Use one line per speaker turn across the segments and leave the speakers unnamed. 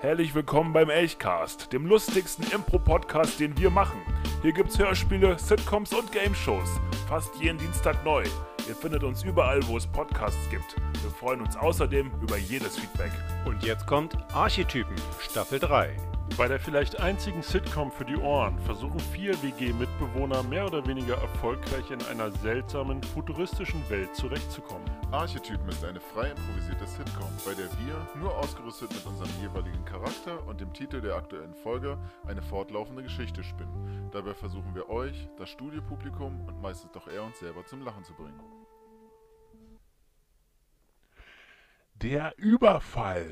Herzlich willkommen beim Elchcast, dem lustigsten Impro-Podcast, den wir machen. Hier gibt's Hörspiele, Sitcoms und Game-Shows. Fast jeden Dienstag neu. Ihr findet uns überall, wo es Podcasts gibt. Wir freuen uns außerdem über jedes Feedback.
Und jetzt kommt Archetypen, Staffel 3.
Bei der vielleicht einzigen Sitcom für die Ohren versuchen vier WG-Mitbewohner mehr oder weniger erfolgreich in einer seltsamen, futuristischen Welt zurechtzukommen.
Archetypen ist eine frei improvisierte Sitcom, bei der wir, nur ausgerüstet mit unserem jeweiligen Charakter und dem Titel der aktuellen Folge, eine fortlaufende Geschichte spinnen. Dabei versuchen wir euch, das Studiopublikum und meistens doch eher uns selber zum Lachen zu bringen.
Der Überfall.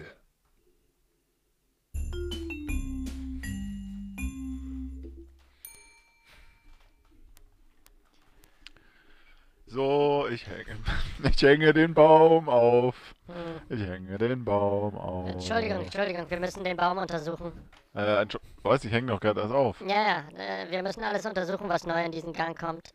So, ich hänge, ich hänge den Baum auf. Ich hänge den Baum auf.
Entschuldigung, Entschuldigung, wir müssen den Baum untersuchen.
Äh, Entschu- was? Ich hänge doch gerade erst auf.
Ja, ja, äh, wir müssen alles untersuchen, was neu in diesen Gang kommt.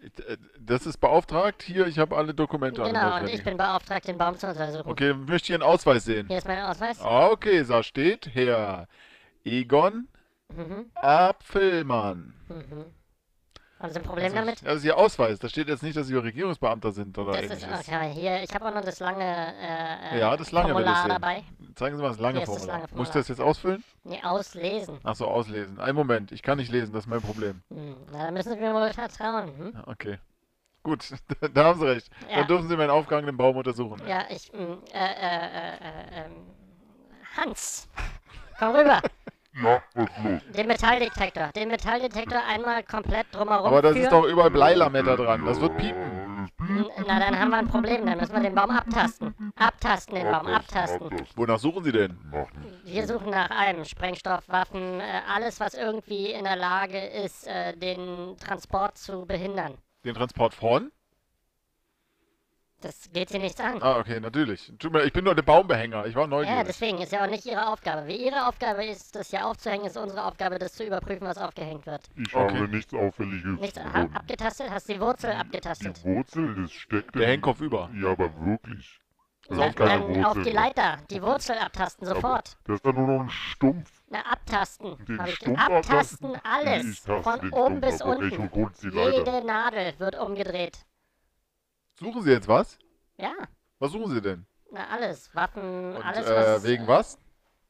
Ich- äh, Das ist beauftragt. Hier, ich habe alle Dokumente
Genau, und
angeordnet.
ich bin beauftragt, den Baum zu untersuchen.
Okay, möchte Ihren Ausweis sehen?
Hier ist mein Ausweis.
Ah, Okay, da steht Herr Egon
Mhm,
Apfelmann.
mhm. Haben Sie ein Problem
Also,
damit?
Das ist Ihr Ausweis. Da steht jetzt nicht, dass Sie Regierungsbeamter sind oder
Das ist
ähnliches.
okay. Hier, ich habe auch noch das lange äh, äh,
Ja, das lange will ich
Formular
sehen.
dabei.
Zeigen Sie mal das lange
Hier ist das
Formular.
lange
Muss ich
Formular.
das jetzt ausfüllen?
Nee, auslesen.
Ach so, auslesen. Einen Moment, ich kann nicht lesen, das ist mein Problem.
Hm, na, da müssen Sie mir wohl vertrauen. Hm?
Ja, Okay. Gut, da- da haben Sie recht.
Ja.
Dann dürfen Sie meinen aufgegangenen Baum untersuchen.
Ja, ich. Mh, äh, äh, äh, äh, ähm, Hans, komm rüber.
Na, was los?
Den Metalldetektor. Den Metalldetektor einmal komplett drumherum.
Aber das
führen.
ist doch überall Bleilametta dran. Das wird piepen.
Na, dann haben wir ein Problem. Dann müssen wir den Baum abtasten. Abtasten den Baum, abtasten.
Wonach suchen Sie denn?
Wir suchen nach allem. Sprengstoff, Waffen, äh, alles, was irgendwie in der Lage ist, äh, den Transport zu behindern.
Den Transport von?
Das geht sie nichts an.
Ah, okay, natürlich. Tut mir, ich bin nur der Baumbehänger. Ich war
oh
Ja,
neugierig.
deswegen ist ja auch nicht ihre Aufgabe. Wie ihre Aufgabe ist, das hier aufzuhängen, ist unsere Aufgabe, das zu überprüfen, was aufgehängt wird.
Ich
Okay.
habe nichts Auffälliges
Nichts ha
gefunden.
abgetastet? Hast die Wurzel
Die
abgetastet?
Wurzel, das steckt
Der
in-
Henkkopf über.
Ja, aber wirklich. Das
Na,
ist keine
dann auf
Wurzel.
die Leiter. Die Wurzel abtasten, sofort.
Da ist da nur noch ein Stumpf.
Na, abtasten.
Den
Hab ich
Stumpf
abtasten
abtasten? Nee,
alles.
ich taste
Von
den
oben
Stumpf
bis
ab, aber
unten.
ich hol uns die
Jede
Leiter.
Nadel wird umgedreht.
Suchen Sie jetzt was?
Ja,
Was suchen Sie denn?
na alles. Waffen,
Und
alles
äh,
was.
wegen was?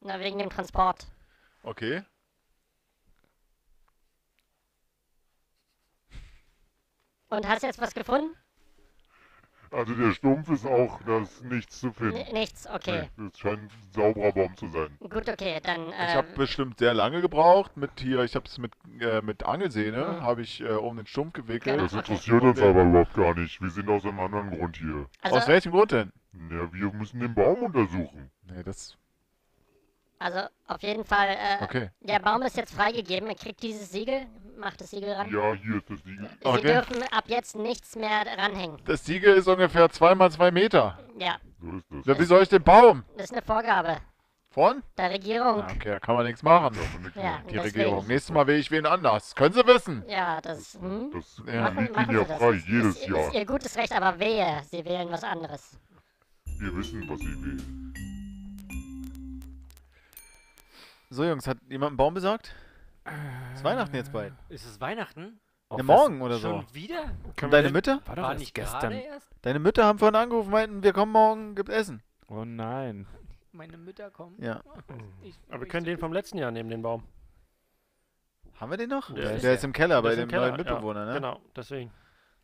Na, wegen dem Transport.
Okay.
Und hast jetzt was gefunden?
Also der Stumpf ist auch, da ist nichts zu finden.
N nichts, okay.
Nee, das scheint ein sauberer Baum zu sein.
Gut, okay, dann.
Ich
Äh,
habe bestimmt sehr lange gebraucht mit hier, ich habe es mit, äh, mit Angelsehne,
Ah.
habe ich äh, um den Stumpf
Genau.
gewickelt.
Das interessiert uns aber überhaupt gar nicht. Wir sind aus einem anderen Grund hier.
Aus
also,
welchem Grund denn?
Ja, wir müssen den Baum untersuchen.
Nee, das,
also, auf jeden Fall. Äh,
okay.
Der Baum ist jetzt freigegeben. Er kriegt dieses Siegel. Macht das Siegel ran.
Ja, hier ist das Siegel.
Sie
okay.
dürfen ab jetzt nichts mehr ranhängen.
Das Siegel ist ungefähr 2 mal 2 Meter.
Ja,
So ist das.
Ja, wie soll ich den Baum?
das ist eine Vorgabe
Von?
der Regierung.
Ja, Okay, da kann man nichts machen,
Kann man nichts
Ja.
machen.
die
Deswegen.
Regierung. Nächstes Mal wähle ich wen anders. Können Sie wissen?
Ja, das. Hm?
Das
Ja.
liegt Ihnen
Machen Sie
ja
das.
frei,
Ist-
jedes
ist,
Jahr.
Ist ihr gutes Recht, aber wehe, sie wählen was anderes.
Wir wissen, was Sie wählen.
So, Jungs, hat jemand einen Baum besorgt? Ist Weihnachten jetzt bald.
Ist es Weihnachten?
Ja, morgen oder so.
Schon wieder?
Und deine Mütter?
War doch
War
erst
nicht
gestern.
gerade erst?
Deine Mütter haben vorhin angerufen, meinten, wir kommen morgen, gibt Essen.
Oh nein.
Meine Mütter kommen.
Ja.
Aber wir können den vom letzten Jahr nehmen, den Baum.
Haben wir den noch?
Der
Der,
ist-
der ist im Keller
Der
bei
ist im
dem
Keller,
neuen Mitbewohner, ne?
Genau, deswegen.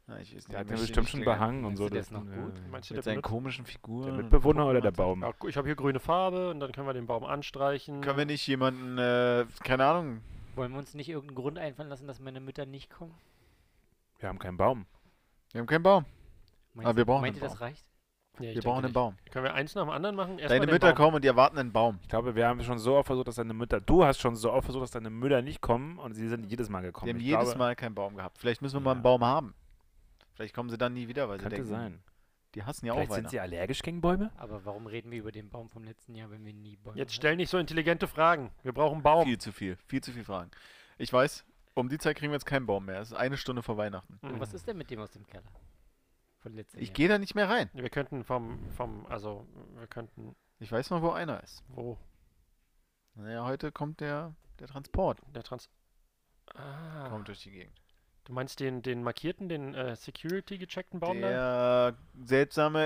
Ah, ich weiß nicht,
Der
möchte
hat den
ich
bestimmt
nicht
schon
klingeln.
behangen und
Findest
so.
du, der ist noch
äh,
gut?
Meinst du,
Mit
der
seinen
benutzt?
komischen Figuren.
Der
und
Mitbewohner oder der
Pokémon.
Baum?
Ja, gu- ich habe hier grüne Farbe und dann können wir den Baum anstreichen.
Können wir nicht jemanden, äh, keine Ahnung.
Wollen wir uns nicht irgendeinen Grund einfallen lassen, dass meine Mütter nicht kommen?
Wir haben keinen Baum.
Wir haben keinen Baum.
Meinst
Ah, wir
du-
brauchen
meint ihr,
einen
das reicht?
Nee, ich
Wir
denke
brauchen einen
nicht.
Baum.
Können wir eins nach dem anderen machen? Erst
Deine
mal den
Mütter
Baum.
kommen und die erwarten einen Baum.
Ich glaube, wir haben schon so oft versucht, dass deine Mütter. Du hast schon so oft versucht, dass deine Mütter nicht kommen und sie sind jedes Mal gekommen.
Die haben
ich
jedes
glaube,
Mal keinen Baum gehabt. Vielleicht müssen wir mal einen
Ja.
Baum haben. Vielleicht kommen sie dann nie wieder, weil sie
Könnte
denken,
sein.
die hassen ja auch
Vielleicht
Weihnachten.
sind sie allergisch gegen Bäume?
Aber warum reden wir über den Baum vom letzten Jahr, wenn wir nie Bäume
Jetzt
hatten?
stell nicht so intelligente Fragen. Wir brauchen einen Baum.
Viel zu viel, viel zu viel Fragen. Ich weiß, um die Zeit kriegen wir jetzt keinen Baum mehr. Es ist eine Stunde vor Weihnachten.
Mhm.
Und was ist denn mit dem aus dem Keller? Von letztem
Ich
Jahr.
gehe da nicht mehr rein.
Wir könnten vom, vom, also, wir könnten,
Ich weiß noch, wo einer ist.
wo?
Naja, heute kommt der, der Transport.
Der Trans. Ah.
Kommt durch die Gegend.
Du meinst den, den markierten, den äh, Security gecheckten Baum da?
Der seltsame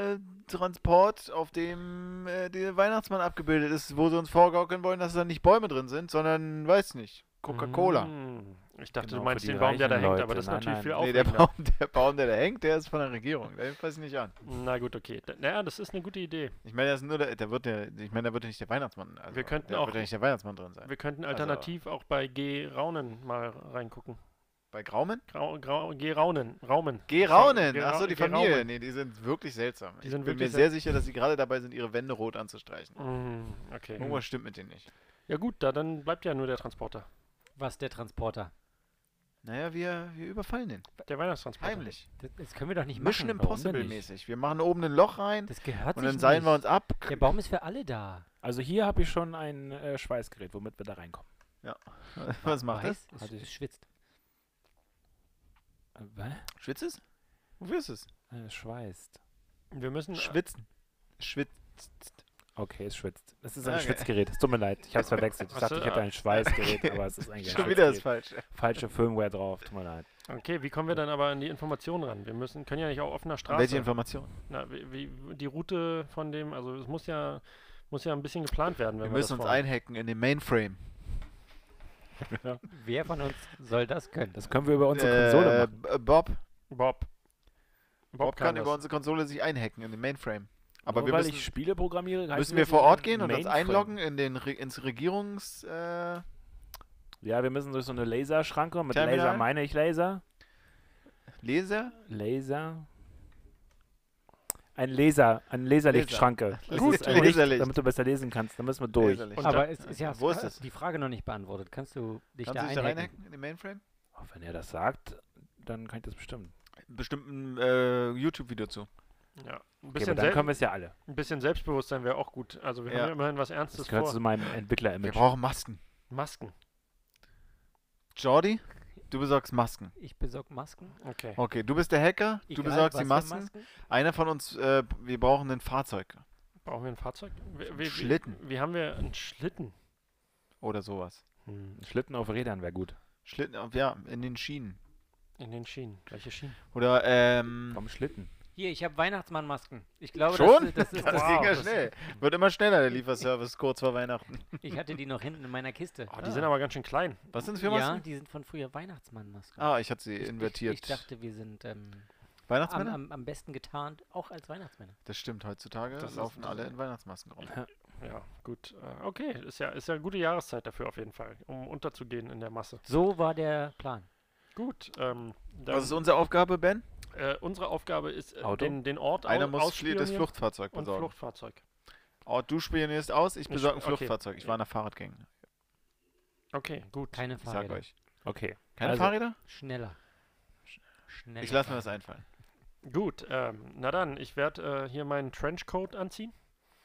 LKW-Transport, auf dem äh, der Weihnachtsmann abgebildet ist, wo sie uns vorgaukeln wollen, dass da nicht Bäume drin sind, sondern, weiß nicht, Coca-cola.
Mm. Ich dachte,
Genau,
du
für
meinst
die
den Baum, der da
reichen
hängt,
Leute.
aber das ist
Nein,
natürlich
nein.
viel
Nee, der
aufregender.
Baum, der Baum, der da hängt, der ist von der Regierung. Der fasst nicht an.
Na gut, okay. Da- Naja, das ist eine gute Idee.
Ich meine, das ist nur der, der wird der, ich meine, da wird ja nicht der Weihnachtsmann. Also,
Wir könnten
da
auch-
wird ja nicht der Weihnachtsmann drin sein. Also
Wir könnten alternativ auch bei G. Raunen mal reingucken.
Bei Graumen?
Grau, Grau, G. Raunen. Raumen.
Geraunen!
Gerau-
Achso, die
Geraumen.
Familie. Nee, die sind wirklich seltsam.
Die sind
ich bin mir
wirklich
sehr sicher, dass sie gerade dabei sind, ihre Wände rot anzustreichen.
Mm, okay.
Irgendwas stimmt mit denen nicht.
Ja gut, da dann bleibt ja nur der Transporter.
Was der Transporter?
Naja, wir, wir überfallen den.
Der Weihnachtstransporter.
Heimlich.
Das, das können wir doch nicht
Mission
machen. Warum denn nicht?
Impossible-mäßig. Wir machen oben ein Loch rein
Das gehört
und
sich
dann seilen
nicht.
wir uns ab.
Der Baum ist für alle da.
Also hier habe ich schon ein äh, Schweißgerät, womit wir da reinkommen.
Was macht das?
Weiß, es,
Hatte ich-
es schwitzt.
Äh, was?
Schwitzt es? Wofür ist es?
Äh, es schweißt.
Wir müssen. äh,
Schwitzen. Schwitzt.
Okay, es schwitzt. Es ist ein
Okay.
Schwitzgerät. Es tut mir leid, ich habe es verwechselt. Ich
Ach so,
dachte, ich hätte
ah.
ein Schweißgerät, aber es ist eigentlich
Schon
ein
wieder das
Schwitzgerät.
Falsche.
Falsche Firmware drauf, tut mir leid.
Okay, wie kommen wir dann aber an die Informationen ran? Wir müssen, können ja nicht auf offener Straße.
Welche Information?
Na, wie, wie, die Route von dem, also es muss ja, muss ja ein bisschen geplant werden, wenn
Wir
wir,
müssen
das
uns
vorhaben.
einhacken in den Mainframe.
Wer von uns soll das können?
Das können wir über unsere Konsole machen.
Äh, B- Bob. Bob,
Bob. Bob,
kann,
kann,
über
das.
unsere Konsole sich einhacken in den Mainframe. Aber
Nur
wir
weil
müssen,
ich Spiele programmiere, heißt
müssen
das
wir vor
nicht
Ort gehen und uns
Mainframe.
einloggen in den Re ins Regierungs. Äh,
Ja, wir müssen durch so eine Laserschranke. und Mit
Terminal?
Laser meine ich Laser.
Laser?
Laser. Ein Laser, eine Laserlichtschranke. Es
Gut,
ist ein Licht,
Laserlicht.
damit du besser lesen kannst. Da müssen wir durch.
Laserlicht.
Und
Aber es ist ja
Wo ist das?
die Frage noch nicht beantwortet. Kannst du dich
Kannst
da
du dich da
einhacken?
reinhacken in den Mainframe?
Oh, wenn er das sagt, dann kann ich das bestimmen.
Bestimmt ein äh, YouTube-Video zu.
Ja. Ein,
Okay, aber
bisschen
dann
sel-
können wir es ja alle.
ein bisschen Selbstbewusstsein wäre auch gut. Also wir
Ja.
haben ja immerhin was
Das
Ernstes
gehört
vor.
zu meinem
Wir
Entwickler-Image.
brauchen Masken.
Masken.
Jordi, du besorgst Masken.
Ich besorge Masken.
Okay.
Okay, du bist der Hacker, du
Egal,
besorgst die
was für
Masken. Einer von uns, äh, wir brauchen ein Fahrzeug
Brauchen wir ein Fahrzeug? Wie, wie,
Schlitten.
Wie, wie haben wir einen Schlitten?
oder sowas.
Hm.
Schlitten auf Rädern wäre gut.
Schlitten, auf- ja, in den Schienen.
In den Schienen. Welche Schienen? Oh,
Oder, ähm.
Komm, Schlitten.
Hier, ich habe Weihnachtsmannmasken. Ich glaube,
Schon?
das, das ist
Das
das.
ging ja
das-
schnell. Wird immer schneller, der Lieferservice, kurz vor Weihnachten.
Ich hatte die noch hinten in meiner Kiste.
Oh, die sind aber ganz schön klein.
Was sind das für
ja,
Masken?
die sind von früher Weihnachtsmannmasken.
Ah, ich hatte sie
Ich-
invertiert.
Ich, ich dachte, wir sind ähm, am,
Weihnachtsmänner?
am, am besten getarnt, auch als Weihnachtsmänner.
Das stimmt, heutzutage
Das ist-
laufen alle in Weihnachtsmasken rum.
Ja, gut. Äh, Okay, ist ja, ist ja eine gute Jahreszeit dafür auf jeden Fall, um unterzugehen in der Masse.
So war der Plan.
Gut. Ähm, dann,
Was ist unsere Aufgabe, Ben?
äh, unsere Aufgabe ist, äh,
Auto?
den, den Ort
Einer
au-
muss flie- das
ausspionieren
Fluchtfahrzeug
und
besorgen.
Fluchtfahrzeug.
Oh, du spionierst aus, ich
Ich-
besorge ein
okay.
Fluchtfahrzeug. Ich war in der Fahrradgang.
Okay, gut.
Keine
Ich sag
Fahrräder.
euch.
Okay.
Keine
Also-
Fahrräder?
Schneller. Sch- Schneller.
Ich lasse mir das einfallen.
Gut, ähm, na dann, ich werde äh, hier meinen Trenchcoat anziehen,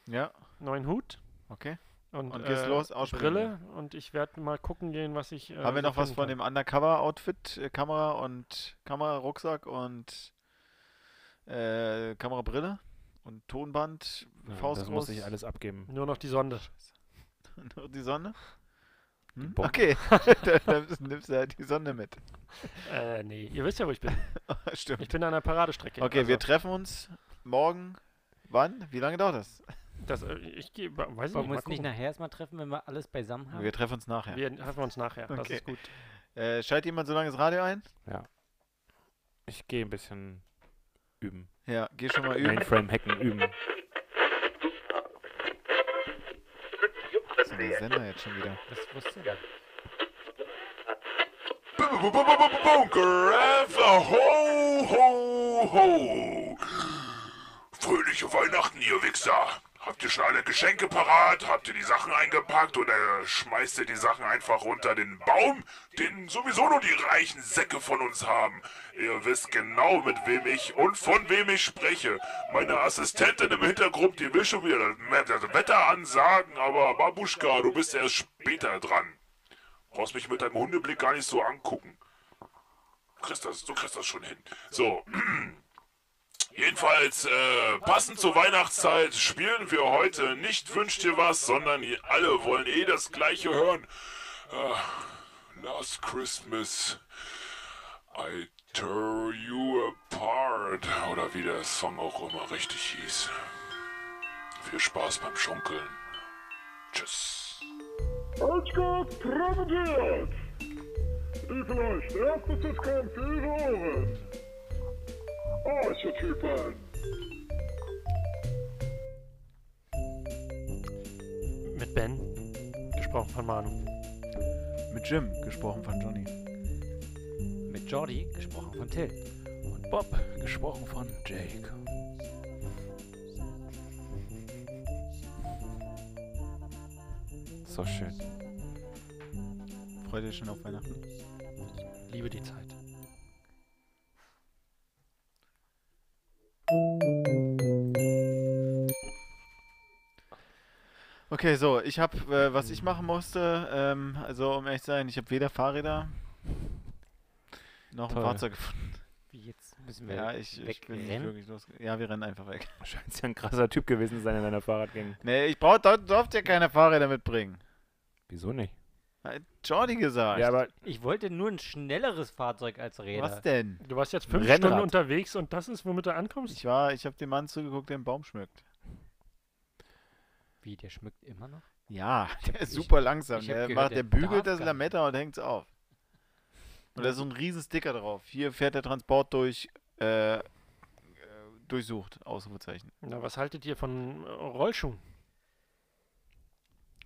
Ja,
neuen Hut
okay.
und,
Und geht's
äh,
los, ausspielen.
Brille und ich werde mal gucken gehen, was ich. Äh,
Haben wir
so
noch was
finden
von
kann.
dem Undercover-Outfit? äh, Kamera und Kamera, Rucksack und äh, Kamerabrille und Tonband,
Ja,
Faust
das muss ich alles abgeben.
Nur noch die Sonde.
Nur die Sonne? Hm?
Bombe.
Okay, dann nimmst- nimmst du halt die Sonne mit.
Äh, nee, ihr wisst ja, wo ich bin. Ich
Stimmt.
bin an der Paradestrecke.
Okay,
also,
wir treffen uns morgen. Wann? Wie lange dauert das?
das, äh, Ich gehe, weiß ich
Wollen
nicht.
wir
Mal
uns nicht
gucken.
nachher erstmal treffen, wenn wir alles beisammen haben?
Wir treffen uns nachher.
Wir treffen uns nachher. Das
Okay.
ist gut.
Äh, schaltet jemand so lange das Radio ein?
Ich gehe ein bisschen üben.
Ja, geh schon mal üben.
Mainframe-Hacken üben.
Was ist denn der Sender jetzt schon wieder?
Das wusste er.
Bunker F, ho, ho, ho. Fröhliche Weihnachten, ihr Wichser. Habt ihr schon alle Geschenke parat? Habt ihr die Sachen eingepackt oder schmeißt ihr die Sachen einfach unter den Baum, den sowieso nur die reichen Säcke von uns haben? Ihr wisst genau, mit wem ich und von wem ich spreche. Meine Assistentin im Hintergrund, die will schon wieder das das Wetter ansagen, aber Babuschka, du bist erst später dran. Brauchst mich mit deinem Hundeblick gar nicht so angucken. Du kriegst das, du kriegst das schon hin. So. Jedenfalls, äh, passend zur Weihnachtszeit spielen wir heute nicht Wünsch dir was, sondern ihr alle wollen eh das gleiche hören. Äh, last Christmas, I tear you apart. Oder wie der Song auch immer richtig hieß. Viel Spaß beim Schunkeln. Tschüss.
Alles gut, präsentiert! Die vielleicht erste Sitcom, die ihr hören. Archetypen!
Mit Ben, gesprochen von Manu.
Mit Jim, gesprochen von Johnny.
Mit Jordi, gesprochen von Till.
Und Bob, gesprochen von Jake. So schön.
Freut ihr schon auf Weihnachten?
Liebe die Zeit.
Okay, so, ich habe, äh, was ich machen musste, ähm, also um ehrlich zu sein, ich habe weder Fahrräder noch ein
Toll.
Fahrzeug gefunden.
Wie jetzt müssen wir
Ja, ich, ich bin nicht
wegrennen.
wirklich los. Ja, wir rennen einfach weg.
Scheint ja ein krasser Typ gewesen zu sein in deiner Fahrradgang.
Nee, ich brauch, dort durft ihr keine Fahrräder mitbringen.
Wieso nicht?
Hat Jordi gesagt.
Ja, aber
Ich wollte nur ein schnelleres Fahrzeug als Räder.
was denn?
Du warst jetzt fünf
Rennrad.
Stunden unterwegs und das ist, womit du ankommst?
Ich war, ich habe dem Mann zugeguckt, der einen Baum schmückt.
Wie, der schmückt immer noch?
Ja, der ist
ich-
super langsam.
ich hab
der
gehört,
macht, der
der darf
bügelt das
gar nicht.
Lametta und hängt es auf. Und da ist so ein riesen Sticker drauf. Hier fährt der Transport durch, äh, äh, durchsucht, Ausrufezeichen.
Na, was haltet ihr von äh, Rollschuhen?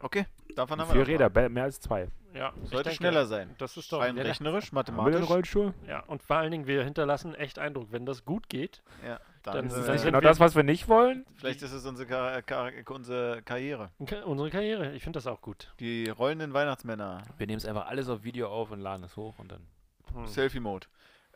Okay, davon haben wir
vier
noch mal.
Räder, be- mehr als zwei.
Ja, ich
Sollte
denke,
schneller sein.
Das ist doch.
Rein
Ja,
rechnerisch,
Haben wir denn
mathematisch.
Rollschuhe?
ja, und vor allen Dingen, wir hinterlassen echt Eindruck. Wenn das gut geht,
Ja,
Dann
dann,
ist
Das
es
ist
Äh,
nicht
äh,
wenn
genau
wir-
das, was wir nicht wollen.
vielleicht ist es unsere, Ka Ka unsere Karriere.
ka- unsere Karriere. Ich finde das auch gut.
Die rollenden Weihnachtsmänner.
Wir nehmen es einfach alles auf Video auf und laden es hoch und dann.
Hm.
Selfie-Mode.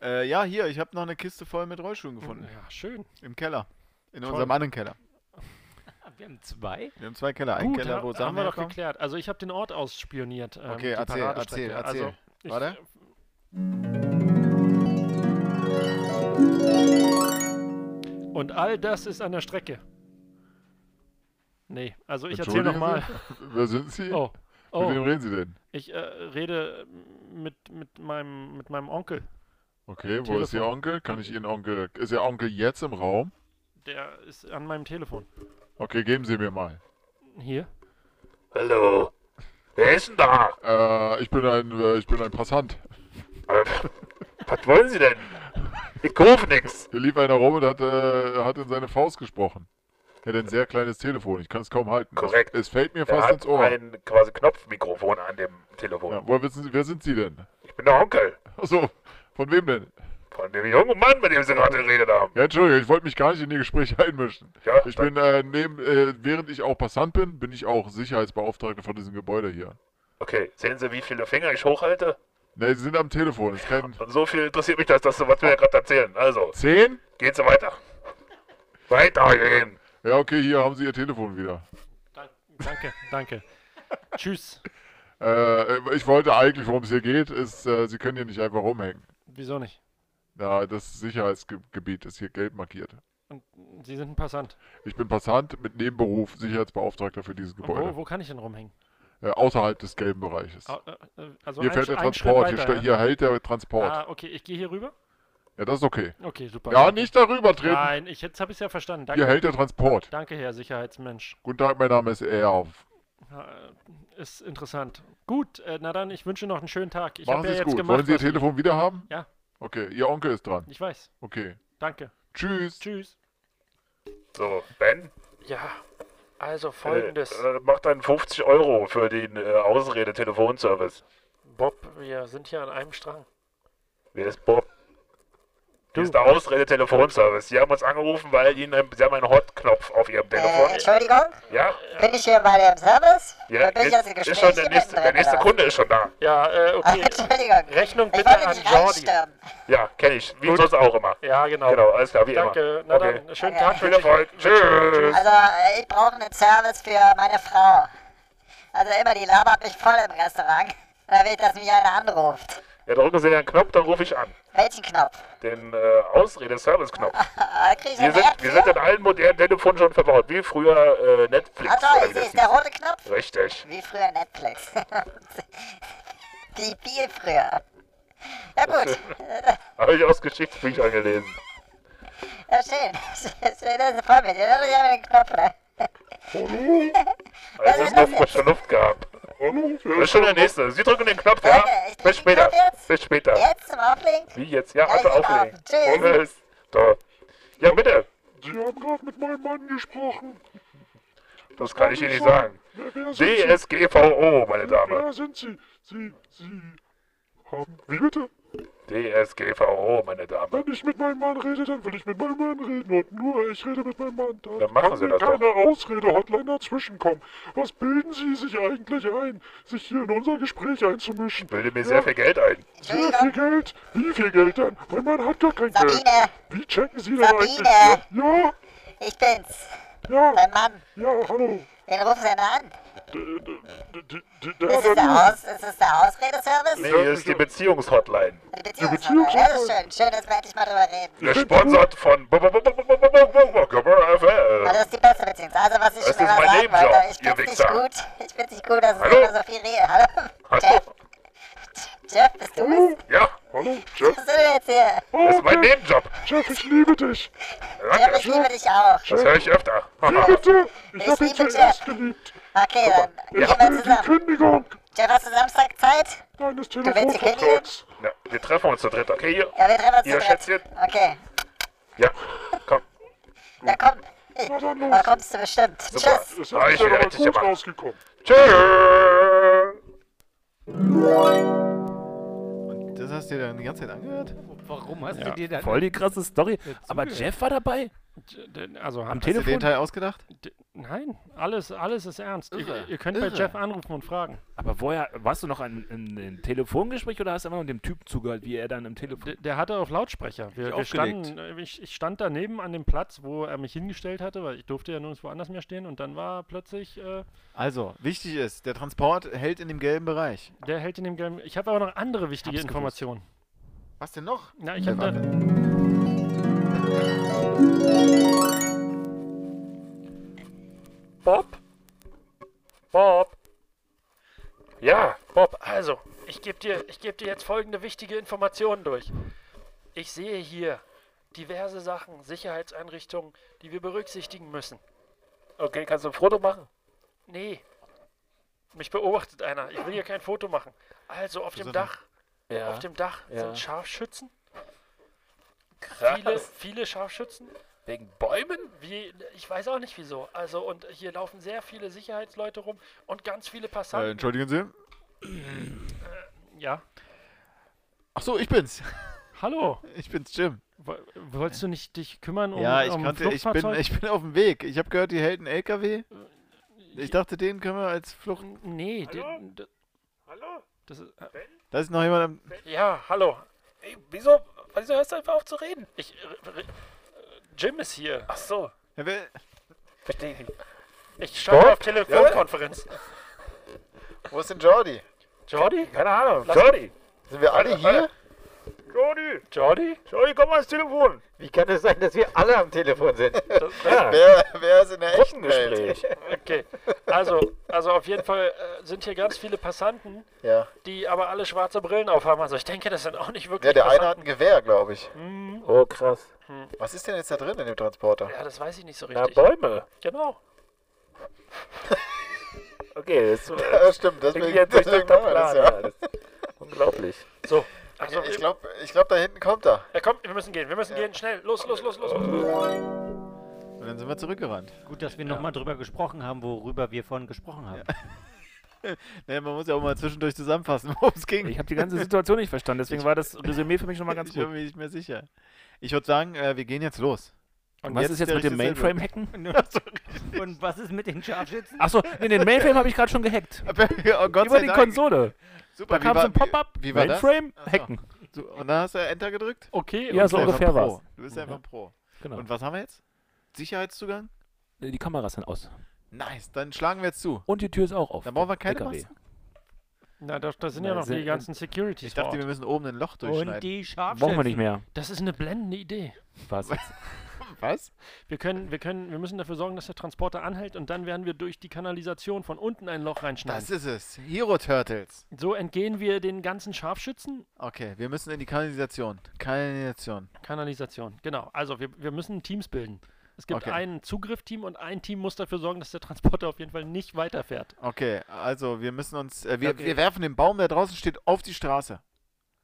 Äh, ja, hier, ich habe noch eine Kiste voll mit Rollschuhen gefunden.
Ja, schön.
Im Keller. In
Toll.
unserem anderen Keller.
Ah, Wir haben zwei.
Wir haben zwei Keller. Einen
Gut,
Keller,
ha-
wo
haben
Sachen
wir doch
herkommen.
geklärt. Also ich habe den Ort ausspioniert. ähm,
Okay,
die
erzähl,
Paradestrecke.
erzähl, erzähl.
Also, ich,
Warte.
Und all das ist an der Strecke. Nee, also ich erzähle nochmal.
Wer sind Sie?
Oh,
Mit wem
oh,
reden Sie denn?
ich äh, rede mit, mit, meinem, mit meinem Onkel.
Okay, wo ist
Telefon.
Ihr Onkel? Kann ich Ihren Onkel. Ist Ihr Onkel jetzt im Raum?
Der ist an meinem Telefon.
Okay, geben Sie mir mal.
Hier.
Hallo. Wer ist denn da?
Äh, ich bin ein, äh, ich bin ein Passant.
Äh, Was wollen Sie denn? Ich kaufe nichts.
Hier lief einer rum und hat, äh, hat in seine Faust gesprochen. Er hat ein sehr kleines Telefon, ich kann es kaum halten.
Korrekt.
Es fällt mir
Er
fast
hat
ins Ohr.
ein quasi Knopfmikrofon an dem Telefon.
Ja, woher wissen Sie, wer sind Sie denn?
Ich bin der Onkel
Achso, von wem denn?
von dem jungen Mann, mit dem Sie gerade geredet haben.
Ja, Entschuldigung, ich wollte mich gar nicht in Ihr Gespräch einmischen.
Ja,
Ich bin, äh, neben, äh, während ich auch Passant bin, bin ich auch Sicherheitsbeauftragter von diesem Gebäude hier.
Okay, sehen Sie, wie viele Finger ich hochhalte?
Ne, Sie sind am Telefon, ist kein...
Und so viel interessiert mich das, dass Sie was mir gerade erzählen. Also,
Zehn?
gehen Sie weiter. Weitergehen.
Ja, okay, hier haben Sie Ihr Telefon wieder.
Dan- Danke, danke. Tschüss.
Äh, ich wollte eigentlich, worum es hier geht, ist, äh, Sie können hier nicht einfach rumhängen.
Wieso nicht?
Ja, das Sicherheitsgebiet ist hier gelb markiert.
Und Sie sind ein Passant.
Ich bin Passant mit Nebenberuf Sicherheitsbeauftragter für dieses
Und wo,
Gebäude.
wo kann ich denn rumhängen?
Äh, außerhalb des gelben Bereiches.
Au- äh, äh, Also
hier
ein Sch- ein
fährt der
Schritt
Transport, hier,
weiter,
ste- hier hält der Transport.
Ah, okay, ich gehe hier rüber.
Ja, das ist okay.
Okay, super.
Ja, nicht darüber treten.
Nein, ich, jetzt habe ich es ja verstanden.
Hier
Danke,
hält der Transport.
danke, Herr Sicherheitsmensch.
Guten Tag, mein Name ist Erf.
Ja, äh, Ist interessant. Gut, äh, na dann, ich wünsche noch einen schönen Tag. Ich
Machen
habe ja
Sie es
jetzt
gut.
gemacht.
Wollen Sie Ihr
was ich-
Telefon wieder haben?
Ja.
Okay, Ihr Onkel ist dran.
Ich weiß.
Okay.
Danke.
Tschüss.
Tschüss.
So, Ben,
Ja, also
Äh, äh, mach dann 50 Euro für den äh, Ausrede-Telefonservice.
Bob, wir sind hier an einem Strang.
Wer ist Bob?
Du.
Hier ist der Ausrede-Telefonservice. Sie haben uns angerufen, weil Ihnen ein, Sie haben einen Hot-Knopf auf Ihrem
Äh,
Telefon.
Entschuldigung, Äh,
Ja,
bin ich hier bei dem Service?
ja.
Oder bin ich aus dem
Ist, ist
Gespräch
schon der nächste, der
drin,
nächste
oder?
Kunde ist schon da.
Ja, äh, okay.
Entschuldigung.
Rechnung
Ich
bitte an
wollte nicht
Jordi.
reinstürmen.
Ja, kenne ich. Wie sonst auch immer.
Ja, genau.
Genau, alles klar, wie immer.
Danke. Na
Okay.
dann, schönen
Okay.
Tag.
Viel
wünsche ich.
Erfolg. Tschüss.
Also, äh, ich brauche einen Service für meine Frau. Also immer, die labert mich voll im Restaurant. Da will ich, dass mich einer anruft.
Ja, drücken Sie den Knopf, dann rufe ich an.
Welchen Knopf?
Den äh, Ausrede-Service-Knopf.
Äh, krieg ich
Wir
einen
sind,
Wert
wir sind in allen modernen Telefonen schon verbaut, wie früher äh, Netflix.
Ah toll,
oder wie
ich sehe
das
es, der
hieß.
rote Knopf.
Richtig.
Wie früher Netflix. Wie viel früher. Ja gut,
Habe ich aus Geschichtsbüchern gelesen.
ja, schön. Schön, dass du voll bist. Ja, das ist ja mit dem Knopf, ne?
Hallo? Also es ist nur frische Luft gehabt.
Hallo?
Das ist schon der nächste. Sie drücken den Knopf, ja? Bis später. Bis später.
Jetzt zum Auflegen?
Wie jetzt? Ja, also
Ja, ich
auflegen.
auch. Tschüss.
Tschüss. Toll. Ja, bitte.
Sie haben gerade mit meinem Mann gesprochen.
Das kann ich Ihnen nicht sagen.
Wer, wer sind Sie?
DSGVO, meine Dame.
Wer sind Sie? Sie, Sie haben... Wie bitte?
DSGVO, meine Dame.
Wenn ich mit meinem Mann rede, dann will ich mit meinem Mann reden und nur ich rede mit meinem Mann. Da
Dann machen
kann
Sie
mir
das doch.
keine Ausrede-Hotline dazwischen kommen. Was bilden Sie sich eigentlich ein, sich hier in unser Gespräch einzumischen?
Bilde mir sehr viel Geld ein.
Sehr viel Geld? Wie viel Geld denn? Mein Mann hat gar kein Geld.
Sabine,
Wie checken Sie denn eigentlich?
Sabine,
Ja,
ich bin's.
ja,
Dein Mann,
ja, hallo.
wen rufen Sie denn da an?
D- d- d- d-
Ist
Der
es der,
hat
Aus, ist es der Ausrede-Service?
Nee, hier ist die Beziehungshotline.
Die
Beziehungsarbeit.
Beziehungsarbeit. Das ist schön. Schön, dass wir endlich mal drüber reden.
Gesponsert von Gabber
Aber
FL.
Ah, das ist die beste Beziehungs. Also, was ich
Das
schon
ist
immer
mein
sagen
Nebenjob,
wollte, ich
ihr
find's nicht
Wichser.
gut. Ich find's nicht gut, dass es
Hallo?
immer so viel redet. Hallo? Jeff, Jeff, bist du es?
Ja,
Hallo, Jeff.
Was sind denn jetzt hier?
das
Oh,
ist mein
Jeff,
Nebenjob.
Jeff, ich liebe dich.
Jeff,
Danke.
ich liebe dich auch.
Das höre ich öfter.
Wie bitte? Ich
Ich
hab ihn
liebe Jeff.
zuerst geliebt.
Okay, dann gehen
Ich
wir
will die
zusammen.
Kündigung
Jeff, hast du Samstag Zeit?
deines
willst die
Telefonvertrags.
Ja, wir treffen uns zu dritt, okay? Hier.
Ja, wir treffen uns
Ihr
zu dritt.
Schätzchen.
Okay,
Ja, komm.
na komm.
Na dann
Da
los.
kommst du bestimmt. Tschüss.
Es
Ah,
hat
ich
sich ja
bin
aber
richtig
gut
gemacht.
rausgekommen.
Tschüss.
Und das hast du dir dann die ganze Zeit angehört?
Warum hast du dir dann...
Voll die krasse Story. Aber
zugehört.
Jeff war dabei?
D- Also,
Am
hat-
Hast du den
Telefon?
Teil ausgedacht?
d- nein, alles, alles ist ernst.
Irre,
Ihr, ihr könnt
irre.
bei Jeff anrufen und fragen.
Aber woher, warst du noch an, in, in Telefongespräch oder hast du einfach nur dem Typen zugehört, wie er dann im Telefon...
D der hatte auf Lautsprecher. Wir,
Ich
wir
aufgelegt.
standen, äh, ich, ich stand daneben an dem Platz, wo er mich hingestellt hatte, weil ich durfte ja nirgendwo anders mehr stehen. Und dann war plötzlich, äh,
Also, wichtig ist, der Transport hält in dem gelben Bereich.
der hält in dem gelben. Ich habe aber noch andere wichtige Informationen.
Was denn noch?
Na, ich habe da,
Bob? Bob? Ja, Bob.
Also, ich gebe dir, ich geb dir jetzt folgende wichtige Informationen durch. Ich sehe hier diverse Sachen, Sicherheitseinrichtungen, die wir berücksichtigen müssen.
Okay, kannst du ein Foto machen?
Nee. Mich beobachtet einer. Ich will hier kein Foto machen. Also, auf dem
Susanne.
Dach,
Ja.
auf dem Dach
Ja.
sind Scharfschützen.
Krass.
Viele, viele Scharfschützen.
Wegen Bäumen?
Wie, ich weiß auch nicht wieso. Also, und hier laufen sehr viele Sicherheitsleute rum und ganz viele
Äh,
Passanten. Äh,
entschuldigen Sie.
ja.
Ach so, ich bin's.
Hallo.
Ich bin's, Jim.
Wo- Wolltest du nicht dich kümmern um,
ja, ich,
um
kannte, ich, bin,
Fluchtfahrzeug? Äh,
ich bin auf dem Weg. Ich habe gehört, die hält einen LKW. Ich dachte, den können wir als Flucht.
N- Nee, die-
Hallo?
d-
Hallo?
das ist, äh,
Da ist noch jemand am.
ja, hallo.
Ey, wieso? Wieso hörst du einfach auf zu reden?
Ich, r- r- äh, Jim ist hier.
Ach so.
Ja, wer-
Verstehe ich.
Ich stand auf Telefonkonferenz.
Wo ist denn Jordi?
Jordi? Keine Ahnung. Jordi.
Sind wir alle hier?
Jordi.
Jordi?
Jordi, komm mal ans Telefon.
Wie kann es sein, dass wir alle am Telefon sind?
Ja,
Wer, wer ist in der echten Welt?
Gespräch.
Okay. Also, also auf jeden Fall äh, sind hier ganz viele Passanten,
Ja.
die aber alle schwarze Brillen aufhaben. Also ich denke, das sind auch nicht wirklich
Ja, der eine hat ein
Passanten.
Gewehr, glaube ich.
Oh, krass.
Was ist denn jetzt da drin in dem Transporter?
Mhm. Hm. ja, das weiß ich nicht so
Na,
richtig.
Bäume.
genau.
Okay, das ist
Ja, stimmt, deswegen,
irgendwie ein durchdachter
machen wir das
Plan.
ja.
Ja. Das unglaublich.
So, also
Ich
ich glaub,
glaube, ich glaub, da hinten kommt er.
ja, komm, wir müssen gehen. Wir müssen gehen. Schnell. Los, los, los, los. los.
Und dann sind wir zurückgerannt.
Gut, dass wir nochmal drüber gesprochen haben, worüber wir vorhin gesprochen haben.
Naja, man muss ja auch mal zwischendurch zusammenfassen, worum es ging.
Ich habe die ganze Situation nicht verstanden, deswegen war das Resümee für mich schon mal ganz
ich bin
gut.
mir nicht mehr sicher. Ich würde sagen, äh, wir gehen jetzt los.
Und was
jetzt
ist jetzt
der
mit dem
richtige
Mainframe-Hacken?
Und was ist mit den Scharfschützen?
Achso, nee, den Mainframe habe ich gerade schon gehackt.
oh, Gott
Über
sei
die
Dank.
Konsole.
Super,
Da kam so ein Pop-up.
Wie, wie war das?
Mainframe
Ach so.
hacken.
So, und dann hast du Enter gedrückt?
Okay,
Ja,
und
so
Du bist
ungefähr
einfach ein
war's.
Pro. Du bist einfach ein Pro.
Genau. Äh,
Und was haben wir jetzt? Sicherheitszugang?
die Kameras sind aus.
Nice, dann schlagen wir jetzt zu.
Und die Tür ist auch auf.
Dann brauchen wir keine
LKW.
Maske.
Na, doch, da sind ja
Na,
noch die
sind-
ganzen Securities.
Ich dachte,
vor Ort.
wir müssen oben ein Loch durchschneiden.
Und die Scharfschützen.
Brauchen wir nicht mehr.
Das ist eine blendende Idee.
Was jetzt?
Was?
Wir können, wir können, wir müssen dafür sorgen, dass der Transporter anhält und dann werden wir durch die Kanalisation von unten ein Loch reinschneiden.
Das ist es. Hero Turtles.
So entgehen wir den ganzen Scharfschützen.
Okay, wir müssen in die Kanalisation. Kanalisation.
Kanalisation, genau. Also wir, wir müssen Teams bilden. Es gibt
Okay.
ein Zugriffteam und ein Team muss dafür sorgen, dass der Transporter auf jeden Fall nicht weiterfährt.
Okay, also wir müssen uns. Äh, wir,
Okay.
wir werfen den Baum, der draußen steht, auf die Straße.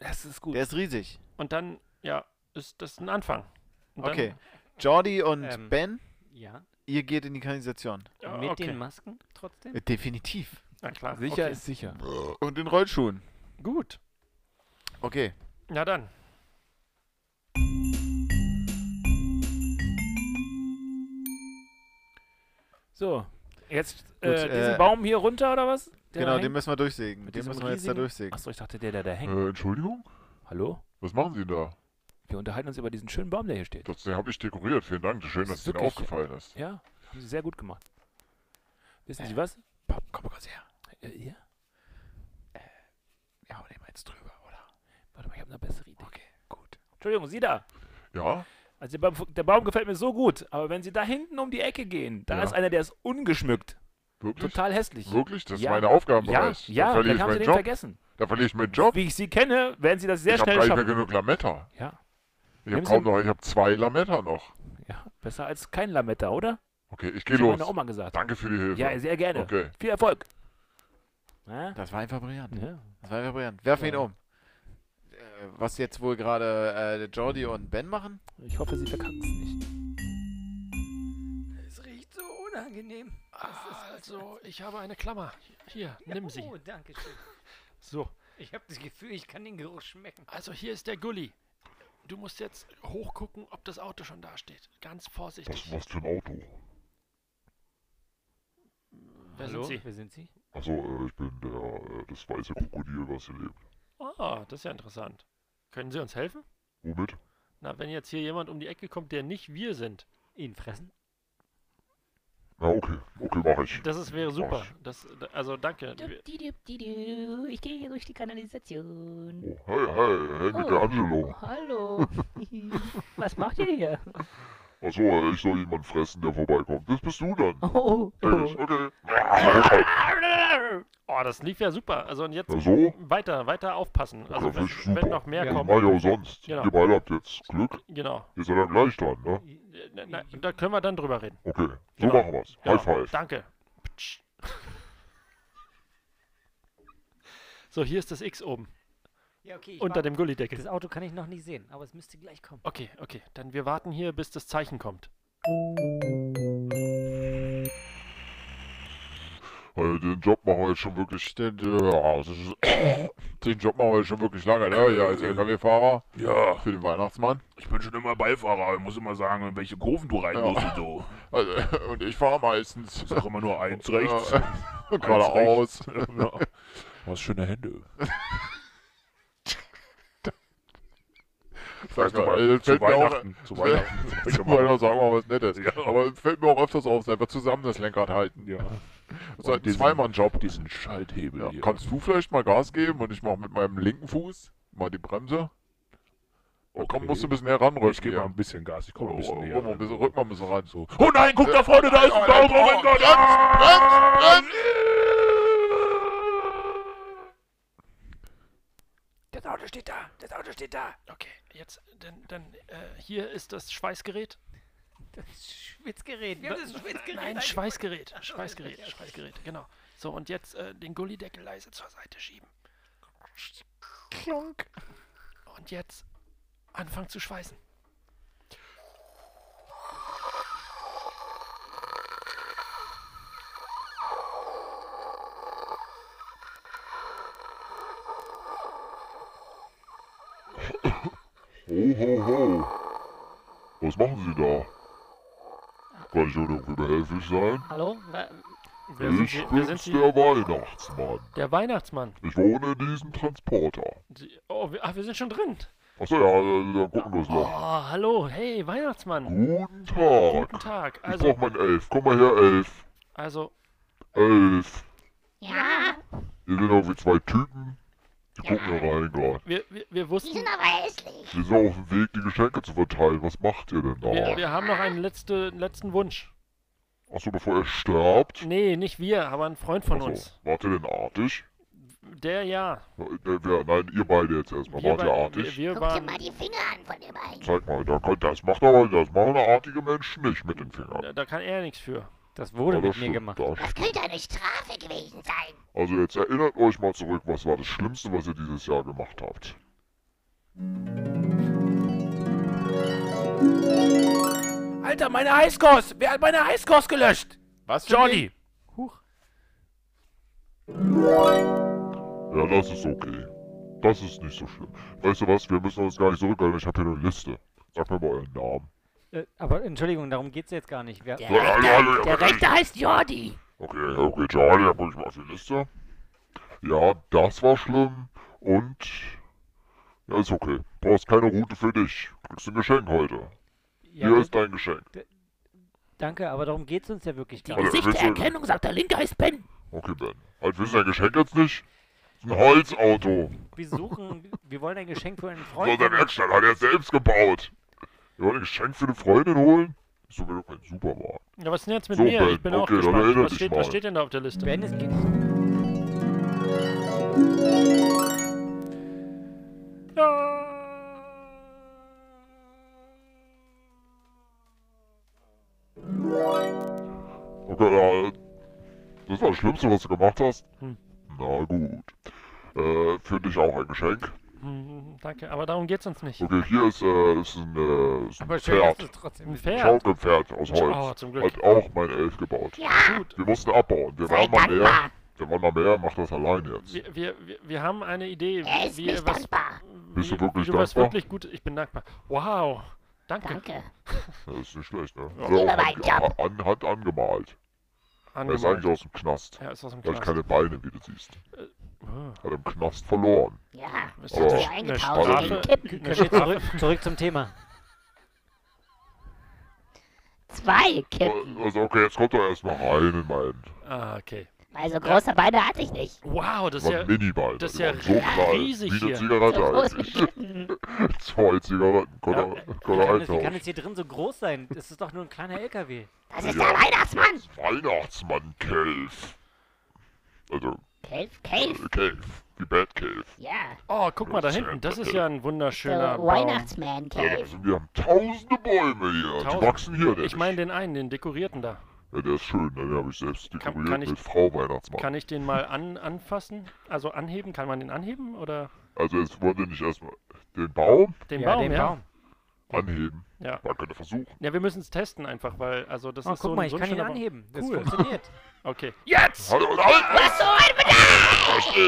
Das ist gut.
Der ist riesig.
Und dann, ja, ist das ein Anfang. Und dann-
Okay. Jordi und
Ähm,
Ben,
ja.
ihr geht in die Kanalisation.
Ja,
Mit
okay.
den Masken trotzdem?
Äh, Definitiv.
Na klar.
Sicher
okay.
ist sicher.
Und in Rollschuhen.
Gut.
Okay.
Na dann.
So, jetzt
Gut,
äh, diesen
äh,
Baum hier runter oder was? Der da
genau, den
hängt?
müssen wir durchsägen.
Mit
den
diesem
müssen wir jetzt da
riesigen-
durchsägen.
Achso, ich dachte, der, der da hängt.
Äh, Entschuldigung?
Hallo?
Was machen Sie da?
Wir unterhalten uns über diesen schönen Baum, der hier steht.
Das habe ich dekoriert. Vielen Dank. Schön, dass
ist
es Ihnen
wirklich-
aufgefallen Äh, ist.
Ja, haben Sie sehr gut gemacht. Wissen Sie was? Pop, komm mal kurz her. Äh, ihr? Äh, wir hauen den mal jetzt drüber, oder? Warte mal, ich habe eine bessere Idee. Okay, gut. Entschuldigung, Sie da.
Ja?
Also der Baum, der Baum gefällt mir so gut, aber wenn Sie da hinten um die Ecke gehen, da
Ja.
ist einer, der ist ungeschmückt.
Wirklich?
Total hässlich.
Wirklich? Das ist
Ja.
meine Aufgabenbereich.
Ja, ja
da
vielleicht
verliere ich
haben Sie
meinen
den
Job.
vergessen.
Da verliere ich meinen Job.
Wie ich Sie kenne, werden Sie das sehr
ich habe
schnell
gar nicht mehr
schaffen.
genug Lametta.
Ja.
Ich habe
Nehmen
kaum
Sie-
noch, ich habe zwei Lametta noch.
Ja, besser als kein Lametta, oder?
Okay, ich gehe
Das hat
los.
meine Oma gesagt.
Danke für die Hilfe.
Ja, sehr gerne.
Okay.
Viel Erfolg. Na?
Das war einfach brillant.
Ja.
Das war einfach brillant. Werfen ihn
Ja.
um. Äh, Was jetzt wohl gerade äh, der Jordi und Ben machen?
Ich hoffe, Sie verkacken es nicht.
Es riecht so unangenehm.
Also, ich habe eine Klammer. Hier, nimm sie.
Oh, danke schön.
So.
Ich habe das Gefühl, ich kann den Geruch schmecken.
Also hier ist der Gully. Du musst jetzt hochgucken, ob das Auto schon da steht. Ganz vorsichtig.
Was, was für ein Auto?
Wer sind Sie?
Wer sind Sie?
Achso, äh, ich bin der, äh, das weiße Krokodil, was hier lebt.
Ah, das ist ja interessant. Können Sie uns helfen?
Womit?
Na, wenn jetzt hier jemand um die Ecke kommt, der nicht wir sind.
Ihn fressen?
Ja, okay. Okay, mach ich.
Das ist, wäre super. Das, also danke. Wir-
Didu, Ich gehe hier durch die Kanalisation. Oh,
Oh, hey, hey, hey, mit der Angelo.
Hallo. Was macht ihr hier?
Achso, äh, ich soll jemanden fressen, der vorbeikommt. Das bist du dann.
Oh.
Ich, okay.
Also, Oh, das lief ja super. Also und jetzt
Na so?
weiter, weiter aufpassen. Also
das
wenn,
ist
wenn
super.
noch mehr
Ja. Das
kommen.
mach ich auch sonst.
Genau.
Ihr beide habt jetzt Glück.
Genau.
Ihr seid dann gleich dran, ne?
Äh, Na, na, da können wir dann drüber reden.
Okay, so
Genau.
machen wir's.
Genau.
High five.
Danke. Ptsch. So, hier ist das X oben.
Ja, okay. ich
Unter
warte.
dem Gullideckel.
Das Auto kann ich noch nicht sehen, aber es müsste gleich kommen.
Okay, okay. Dann wir warten hier, bis das Zeichen kommt.
Äh, den Job machen wir jetzt schon wirklich. Den, äh, ja, das ist- den Job machen wir jetzt schon wirklich lange, ne? Ja, als LKW-Fahrer
Äh, Ja,
für den Weihnachtsmann.
ich bin schon immer Beifahrer. Ich muss immer sagen, in welche Kurven du rein
Ja.
musst und so.
Also, und ich fahre meistens.
Ich sag immer nur eins rechts.
Äh, Geradeaus.
Ja. Was schöne Hände.
Sag
Zu
mal,
Wei-
äh, fällt
zu
mir auch-
Weihnachten. Zu Weihnachten. sag ich
Zu
mal.
Weihnachten sagen wir mal was Nettes.
Ja.
Aber es fällt mir auch öfters auf, selber zusammen das Lenkrad halten.
Ja.
Das ist halt ein
diesen-
Zweimann-Job.
Diesen Schalthebel
Ja.
hier.
Kannst du vielleicht mal Gas geben und ich mache mit meinem linken Fuß mal die Bremse? Oh, komm,
Okay.
musst du ein bisschen heranrücken.
Ich gebe
hier.
mal ein bisschen Gas. Ich komme ein bisschen
oh,
näher.
oh, oh, ein bisschen, rück mal ein bisschen ran. So.
Oh nein, guck da vorne, da ist ein Baum. Oh mein Gott. Ah!
Das Auto steht da. Das Auto steht da.
Okay, jetzt, dann, dann äh, hier ist das Schweißgerät.
Das Schwitzgerät. Wir haben das Schwitzgerät.
Nein,
eingebaut.
Schweißgerät. Schweißgerät, Schweißgerät, genau. So, und jetzt äh, den Gullideckel leise zur Seite schieben.
Klonk.
Und jetzt anfangen zu schweißen.
Ho, ho, ho. Was machen Sie da? Kann ich Ihnen irgendwie behilflich sein?
Hallo? Wa-
Wer sind
ich
Sie? Wer sind
bin's,
Sie?
der Weihnachtsmann.
Der Weihnachtsmann.
Ich wohne in diesem Transporter.
Sie, oh, wir, ah, wir sind schon drin.
Achso, ja, äh, dann gucken wir es
Oh,
noch.
hallo, hey, Weihnachtsmann.
Guten Tag.
Guten Tag.
Ich
Also,
brauch mein Elf. Komm mal her, Elf.
also,
Elf.
Ja, Hier sind irgendwie zwei Typen. Die gucken da rein gerade.
Wir, wir, wir wussten. Die sind
aber hässlich.
Die sind auf dem Weg, die Geschenke zu verteilen. Was macht ihr
Oh.
denn da?
Wir, wir haben noch einen, letzte, einen letzten Wunsch.
Achso, bevor er stirbt.
Nee, nicht wir, aber ein Freund von uns.
Wart ihr denn artig?
Der ja.
Äh, ne, wer- Nein, ihr beide jetzt erstmal.
Wir
Wart ihr
bei-
artig?
wir- wir
Guck dir
waren-
mal die Finger an von dem einen.
Zeig mal, da kann, das macht aber, das machen artige Menschen nicht mit den Fingern.
Da, da kann er nichts für.
Das
wurde Ja, das mit mir stimmt, gemacht. das
Das könnte eine Strafe gewesen sein.
Also jetzt erinnert euch mal zurück, was war das Schlimmste, was ihr dieses Jahr gemacht habt?
Alter, meine Heißkost! Wer hat meine Heißkost gelöscht?
Was?
Jordi!
Ja, das ist okay. Das ist nicht so schlimm. Weißt du was, wir müssen uns gar nicht zurückhalten, ich habe hier eine Liste. Sag mir mal euren Namen.
Äh, aber Entschuldigung, darum geht's jetzt gar nicht. Wir,
Der Ja, hallo, Rechte- hallo, ja, der aber- Rechte
heißt Jordi.
Okay, okay, Charlie, dann guck ich mal auf die Liste. Ja, das war schlimm und... Ja, ist okay. Brauchst keine Route für dich. Kriegst ein Geschenk heute.
Ja,
hier
das-
ist dein Geschenk.
Danke, aber darum geht's uns ja wirklich
Die
gar nicht.
Gesichtererkennung
sagt, der linke heißt Ben.
Okay, Ben. Halt, willst du dein Geschenk jetzt nicht? Das ist ein Holzauto.
Wir suchen, wir wollen ein Geschenk für einen
So,
Freund.
der Werkstatt hat er selbst gebaut. Ihr wollt ein Geschenk für eine Freundin holen? Ist doch doch kein Supermarkt.
Ja, was ist denn jetzt mit
So,
mir?
Ben,
Ich bin auch
okay, dann
gespannt.
erinnere
Was
dich
steht,
mal.
was steht denn da auf der Liste? Hm,
Ben, es geht.
Okay, ja, äh, das war das Schlimmste, was du gemacht hast?
Hm.
Na gut. Äh, für dich auch ein Geschenk.
Hm, danke, aber darum geht's uns nicht.
Okay, hier ist, äh, ist ein, äh, ist ein
Aber schön, dass
Pferd.
du es trotzdem
ein
bist. Pferd?
Schaukepferd aus Holz.
Oh, zum Glück.
Hat auch mein Elf gebaut.
Ja. Gut.
Wir mussten abbauen. Wir
Sei
waren mal
dankbar.
mehr. Wir waren mal mehr, macht das allein jetzt.
Wir, wir, wir, wir haben eine Idee, wie ihr was.
Bist
Wie,
du wirklich
wie du was
dankbar?
wirklich gut. Ich bin dankbar. Wow. Danke. Danke.
Das ist nicht schlecht, ne?
Ja.
Hat er
Lieber
auch
mein Job.
an, an, hat angemalt. Er
Angemalt.
ist eigentlich aus dem Knast.
Er ist aus dem
Er hat
Knast.
keine Beine, wie du siehst.
ah.
Hat im Knast verloren.
Ja,
Ist
Aber-
natürlich eingetauscht
Aber-
gegen Kippen. Können wir zurück, zurück zum Thema.
Zwei Kippen.
Also okay, jetzt kommt er erstmal rein in meinen.
Ah, okay.
Weil so große Beine hatte ich nicht.
Wow, das
Das
ist
war
ja.
ein Miniball.
Das ist
Die
ja
waren Also, so klein,
riesig
wie eine
hier.
Zigarette
So groß
eigentlich.
wie
Zwei Zigaretten, konnte er- konnte er
Kann es, wie kann
eintauschen.
es hier drin so groß sein? Das ist doch nur ein kleiner LKW.
Das
ist der Ja. Weihnachtsmann. Weihnachtsmann Kelf. Also,
Kelf,
äh, Kelf, wie Bad Kelf.
Ja.
Oh, guck mal da hinten. Das ist ja ein wunderschöner
So,
Baum.
Weihnachtsman Kelf.
Also, wir haben tausende Bäume hier.
Tausend.
Die wachsen hier nicht.
Ich meine den einen, den dekorierten da.
Ja, der ist schön, den habe ich selbst dekoriert
kann ich-
mit Frau Weihnachtsmann.
Kann ich den mal an, anfassen? Also anheben? Kann man den anheben? Oder?
Also jetzt wollte nicht erstmal den Baum
Den Ja, Baum, den ja. Baum.
anheben.
Ja.
Man könnte versuchen.
Ja, wir müssen es testen einfach, weil, also das
Oh,
ist
guck
so
mal,
ein,
ich
so ein
kann ihn
schöner Baum.
anheben. Das
cool.
funktioniert.
Okay.
Jetzt!
Hallo, halt!
Was so ein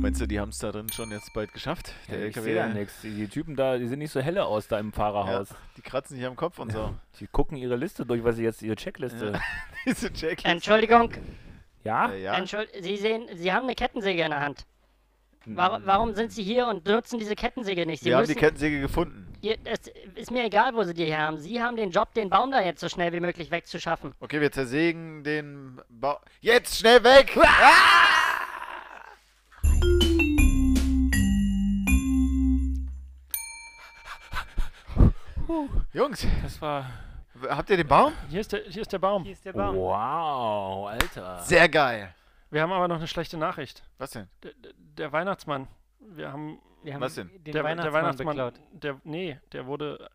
Meinst du, die haben es da drin schon jetzt bald geschafft? Der
ich
LKW.
sehe da nichts. Die, die Typen da, die sehen nicht so helle aus da im Fahrerhaus.
die kratzen sich am Kopf und so.
Die gucken ihre Liste durch, weil sie jetzt ihre Checkliste.
Ja. Diese Checkliste.
Entschuldigung.
Ja?
Äh,
Entschuld Sie sehen, Sie haben eine Kettensäge in der Hand. Warum, warum sind Sie hier und nutzen diese Kettensäge nicht? Sie
Hm. Wir haben
müssen,
die Kettensäge gefunden.
Ihr, es ist mir egal, wo Sie die her haben. Sie haben den Job, den Baum da jetzt so schnell wie möglich wegzuschaffen.
Okay, wir zersägen den Bau. Jetzt schnell weg! Ah! Jungs,
das war.
Habt ihr den Baum?
Hier ist der, hier ist der Baum. Hier
ist der
Baum.
Wow, Alter.
Sehr geil.
Wir haben aber noch eine schlechte Nachricht.
Was denn?
Der, der- der Weihnachtsmann. Wir haben.
Wir haben Was denn? den
Der,
Weihnachtsmann
der Weihnachtsmann.
beklaut.
Der, nee, der wurde.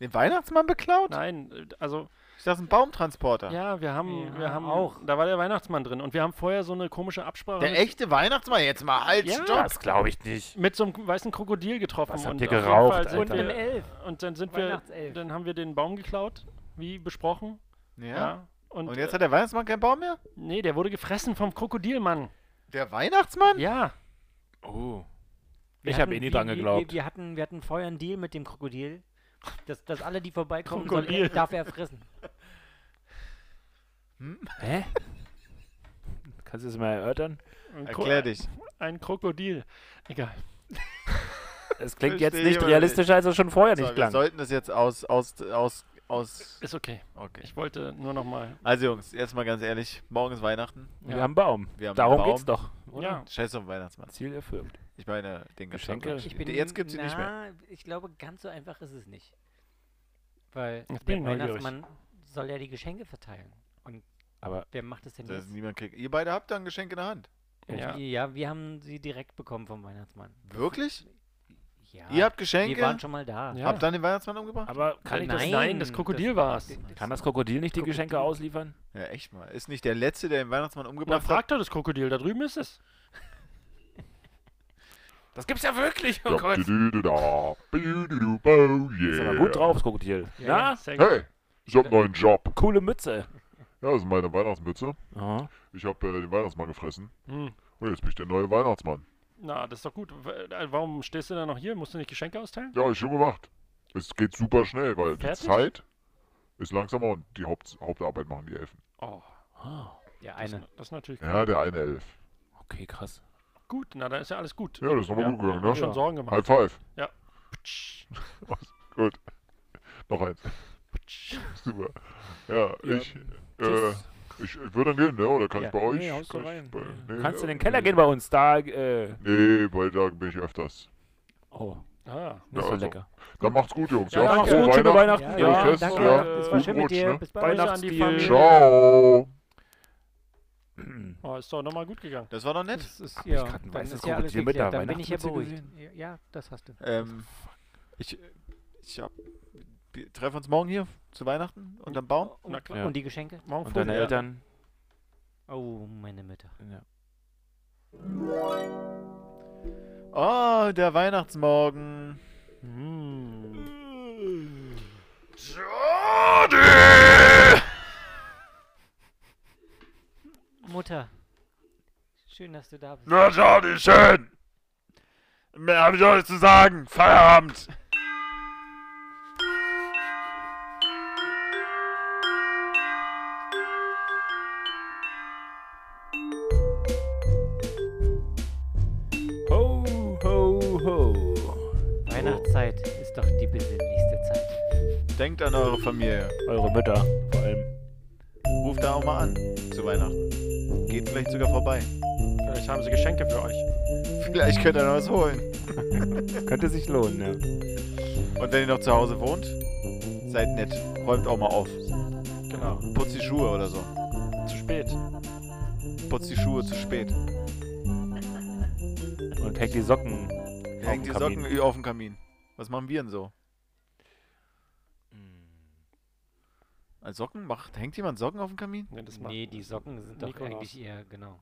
Den Weihnachtsmann beklaut?
Nein, also.
Ist das ein Baumtransporter?
Ja, wir haben, wir
Ja,
haben
auch.
Da war der Weihnachtsmann drin und wir haben vorher so eine komische Absprache.
Der
mit-
echte Weihnachtsmann jetzt mal halt,
Ja.
stopp!
Das glaub
ich nicht.
Mit so einem weißen Krokodil getroffen.
Was habt
und
ihr
auf jeden
geraucht,
Fall sind
Alter?
wir-
Und einem
Elf.
Und dann sind wir,
Weihnachtself.
dann haben wir den Baum geklaut, wie besprochen.
Ja.
Und,
Und jetzt hat der Weihnachtsmann keinen Baum mehr?
Nee, der wurde gefressen vom Krokodilmann.
Der Weihnachtsmann?
Ja.
Oh.
Wir
ich habe
hatten-
eh nie
wir-
dran
wir-
geglaubt.
Wir, wir, hatten, wir hatten vorher einen Deal mit dem Krokodil, dass, dass alle, die vorbeikommen, soll,
Krokodil.
er, darf er fressen.
Hä? Kannst du das mal erörtern?
Ein Kro-
Erklär
dich.
Ein Krokodil. Egal.
Es klingt jetzt
Verstehe
nicht
ich aber
realistischer, als es schon vorher
so,
nicht
Wir
klang.
sollten das jetzt aus, aus, aus aus.
Ist okay. Ich wollte nur nochmal.
Also Jungs, erstmal ganz ehrlich, morgen ist Weihnachten.
Wir haben einen Baum.
Wir haben
Darum
einen Baum.
geht's doch, oder?
Ja. Scheiß auf den Weihnachtsmann.
Ziel erfüllt.
Ich meine, den Geschenke.
Ich bin,
Jetzt gibt's ihn
na,
nicht mehr.
Ich glaube, ganz so einfach ist es nicht. Weil
Jetzt bin
der
ich neugierig.
Weihnachtsmann soll ja die Geschenke verteilen. Und
Aber
wer macht das denn
Da
jetzt?
ist niemand kriegt. Ihr beide habt da ein Geschenk in der Hand.
Ja. ja, wir haben sie direkt bekommen vom Weihnachtsmann.
Wirklich?
Ja.
Ihr habt Geschenke?
Wir waren schon mal da.
Ja. Habt dann den Weihnachtsmann umgebracht?
Aber kann ich das- Nein, das Krokodil war's. Kann das Krokodil nicht die Geschenke ausliefern?
Ja, echt mal. Ist nicht der Letzte, der den Weihnachtsmann
Na,
umgebracht hat?
frag doch das Krokodil, da drüben ist es.
Das gibt's ja wirklich, oh
Da,
Gott.
du, du, du, da. Biu, du, du, bau, yeah.
Ist aber gut drauf, das Krokodil.
Ja,
Na?
Hey, ich habe einen neuen Job.
Coole Mütze.
Ja, das ist meine Weihnachtsmütze.
Aha.
Ich habe äh, den Weihnachtsmann gefressen.
Hm.
Und jetzt bin ich der neue Weihnachtsmann.
Na, das ist doch gut. W- äh, Warum stehst du denn noch hier? Musst du nicht Geschenke austeilen?
Ja, ist schon gemacht. Es geht super schnell, weil
Fertig?
die Zeit ist langsamer und die Haupt Hauptarbeit machen die Elfen.
Oh.
Ja,
eine.
eine.
Das, das ist natürlich
Ja, der eine Elf.
Okay, krass.
gut. Na, dann ist ja alles gut.
Ja, das ist nochmal
Wir
gut gegangen,
haben
ne?
uns schon Sorgen gemacht.
High five.
Ja.
gut. Noch eins. Super. Ja,
Ja,
ich, äh,
tschüss.
ich, ich würde dann gehen, ne? Oder kann
Ja.
ich bei euch?
Nee, haust du
Kann ich
rein.
Bei, nee,
Kannst du in
äh,
den Keller gehen bei uns? Da, äh.
Nee, bei da bin ich öfters.
Oh.
Ah,
das ist
Ja,
ja
also.
lecker.
Dann macht's gut, Jungs.
Ja, macht's
frohe
gut, schöne Weihnachten.
schöne
Ja,
Feste,
danke.
ja.
Es war
Guten
schön mit
Rutsch,
dir.
ne?
Bis bald. Grüße an die
Weihnachtsdeal.
Familie.
Ciao.
Oh, ist doch nochmal gut gegangen.
Das war doch nett.
Das ist,
Hab ich
ja,
grad ein
dann
weißes
ist ja alles
Krokodil mit
geklärt.
der
Dann bin ich ja
Weihnachtsmütze
beruhigt. Ja, das hast du. Oh,
Ähm, ich ich hab, wir treffen uns morgen hier zu Weihnachten unterm Baum.
Und, und die Geschenke?
Morgen
Und deine Eltern.
Oh, meine Mütter.
Ja.
Oh, der Weihnachtsmorgen.
Hm.
Mutter. Schön, dass du da bist.
Na, schau dich schön. Mehr habe ich auch nicht zu sagen. Feierabend.
Ho, ho, ho. Weihnachtszeit ist doch die besinnlichste Zeit.
Denkt an eure Familie.
Eure Mütter vor allem.
Ruft da auch mal an zu Weihnachten. Geht vielleicht sogar vorbei.
Vielleicht haben sie Geschenke für euch.
Vielleicht könnt ihr noch was holen.
Könnte sich lohnen, ja.
Und wenn ihr noch zu Hause wohnt, seid nett. Räumt auch mal auf.
Genau.
Putzt die Schuhe oder so.
Zu spät.
Putzt die Schuhe zu spät.
Und hängt die Socken. auf
Hängt die
den
Socken
Kamin.
ü- auf dem Kamin. Was machen wir denn so?
Hm.
Als Socken macht, hängt jemand Socken auf dem Kamin?
Nee, das
Nee, die Socken sind doch eigentlich eher, genau.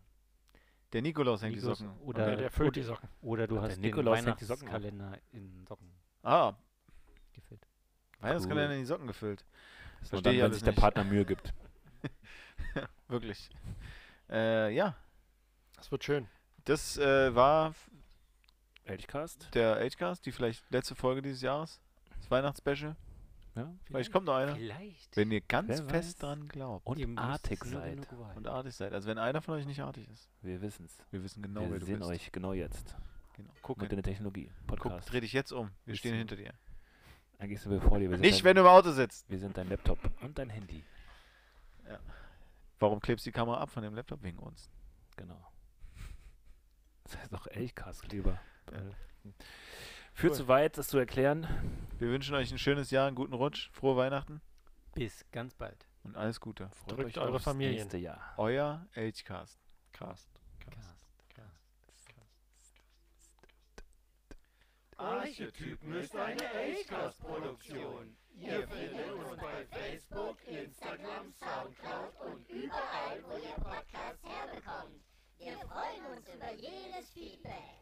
Der Nikolaus hängt
Nikolaus
die Socken.
Oder,
Okay.
oder- Oder du hast den Weihnachtskalender in Socken.
Ah.
Gefüllt.
Weihnachtskalender in die Socken gefüllt.
Das
Verstehe
dann,
ich
wenn
alles
sich der
nicht.
Partner Mühe gibt.
Wirklich. Äh, ja.
Das wird schön.
Das äh, war f-
Elchcast?
der Agecast, die vielleicht letzte Folge dieses Jahres. Das Weihnachtsspecial.
Ja,
vielleicht kommt noch einer.
Vielleicht.
Wenn ihr ganz
Wer
fest
weiß.
dran glaubt.
Und
Ihr müsst
artig
es nur
seid.
genug wollen.
Und artig seid. Also wenn einer von euch nicht artig ist.
Wir wissen's.
Wir wissen genau,
Wir
wer du
sehen
bist.
euch genau jetzt.
Genau.
Mit der Technologie.
Guck,
Podcast.
dreh dich jetzt um. Wir
Ist
stehen
so.
hinter dir.
Eigentlich sind wir vor dir. Wir sind
Nicht,
dein-
wenn du im Auto sitzt.
Wir sind dein Laptop und dein Handy.
Warum klebst du die Kamera ab von dem Laptop wegen uns?
Genau. Das heißt doch Elchcast-Kleber. Führt zu weit, das zu erklären.
Wir wünschen euch ein schönes Jahr, einen guten Rutsch, frohe Weihnachten
Bis ganz bald.
und alles Gute.
Freut Drückt euch eure aufs Familien. nächste Jahr.
Euer Elchcast.
Cast.
Cast. Cast.
Archetypen ist eine Acecast-Produktion. Ihr findet uns bei Facebook, Instagram, Soundcloud und überall, wo ihr Podcasts herbekommt.
Wir freuen uns über jedes Feedback.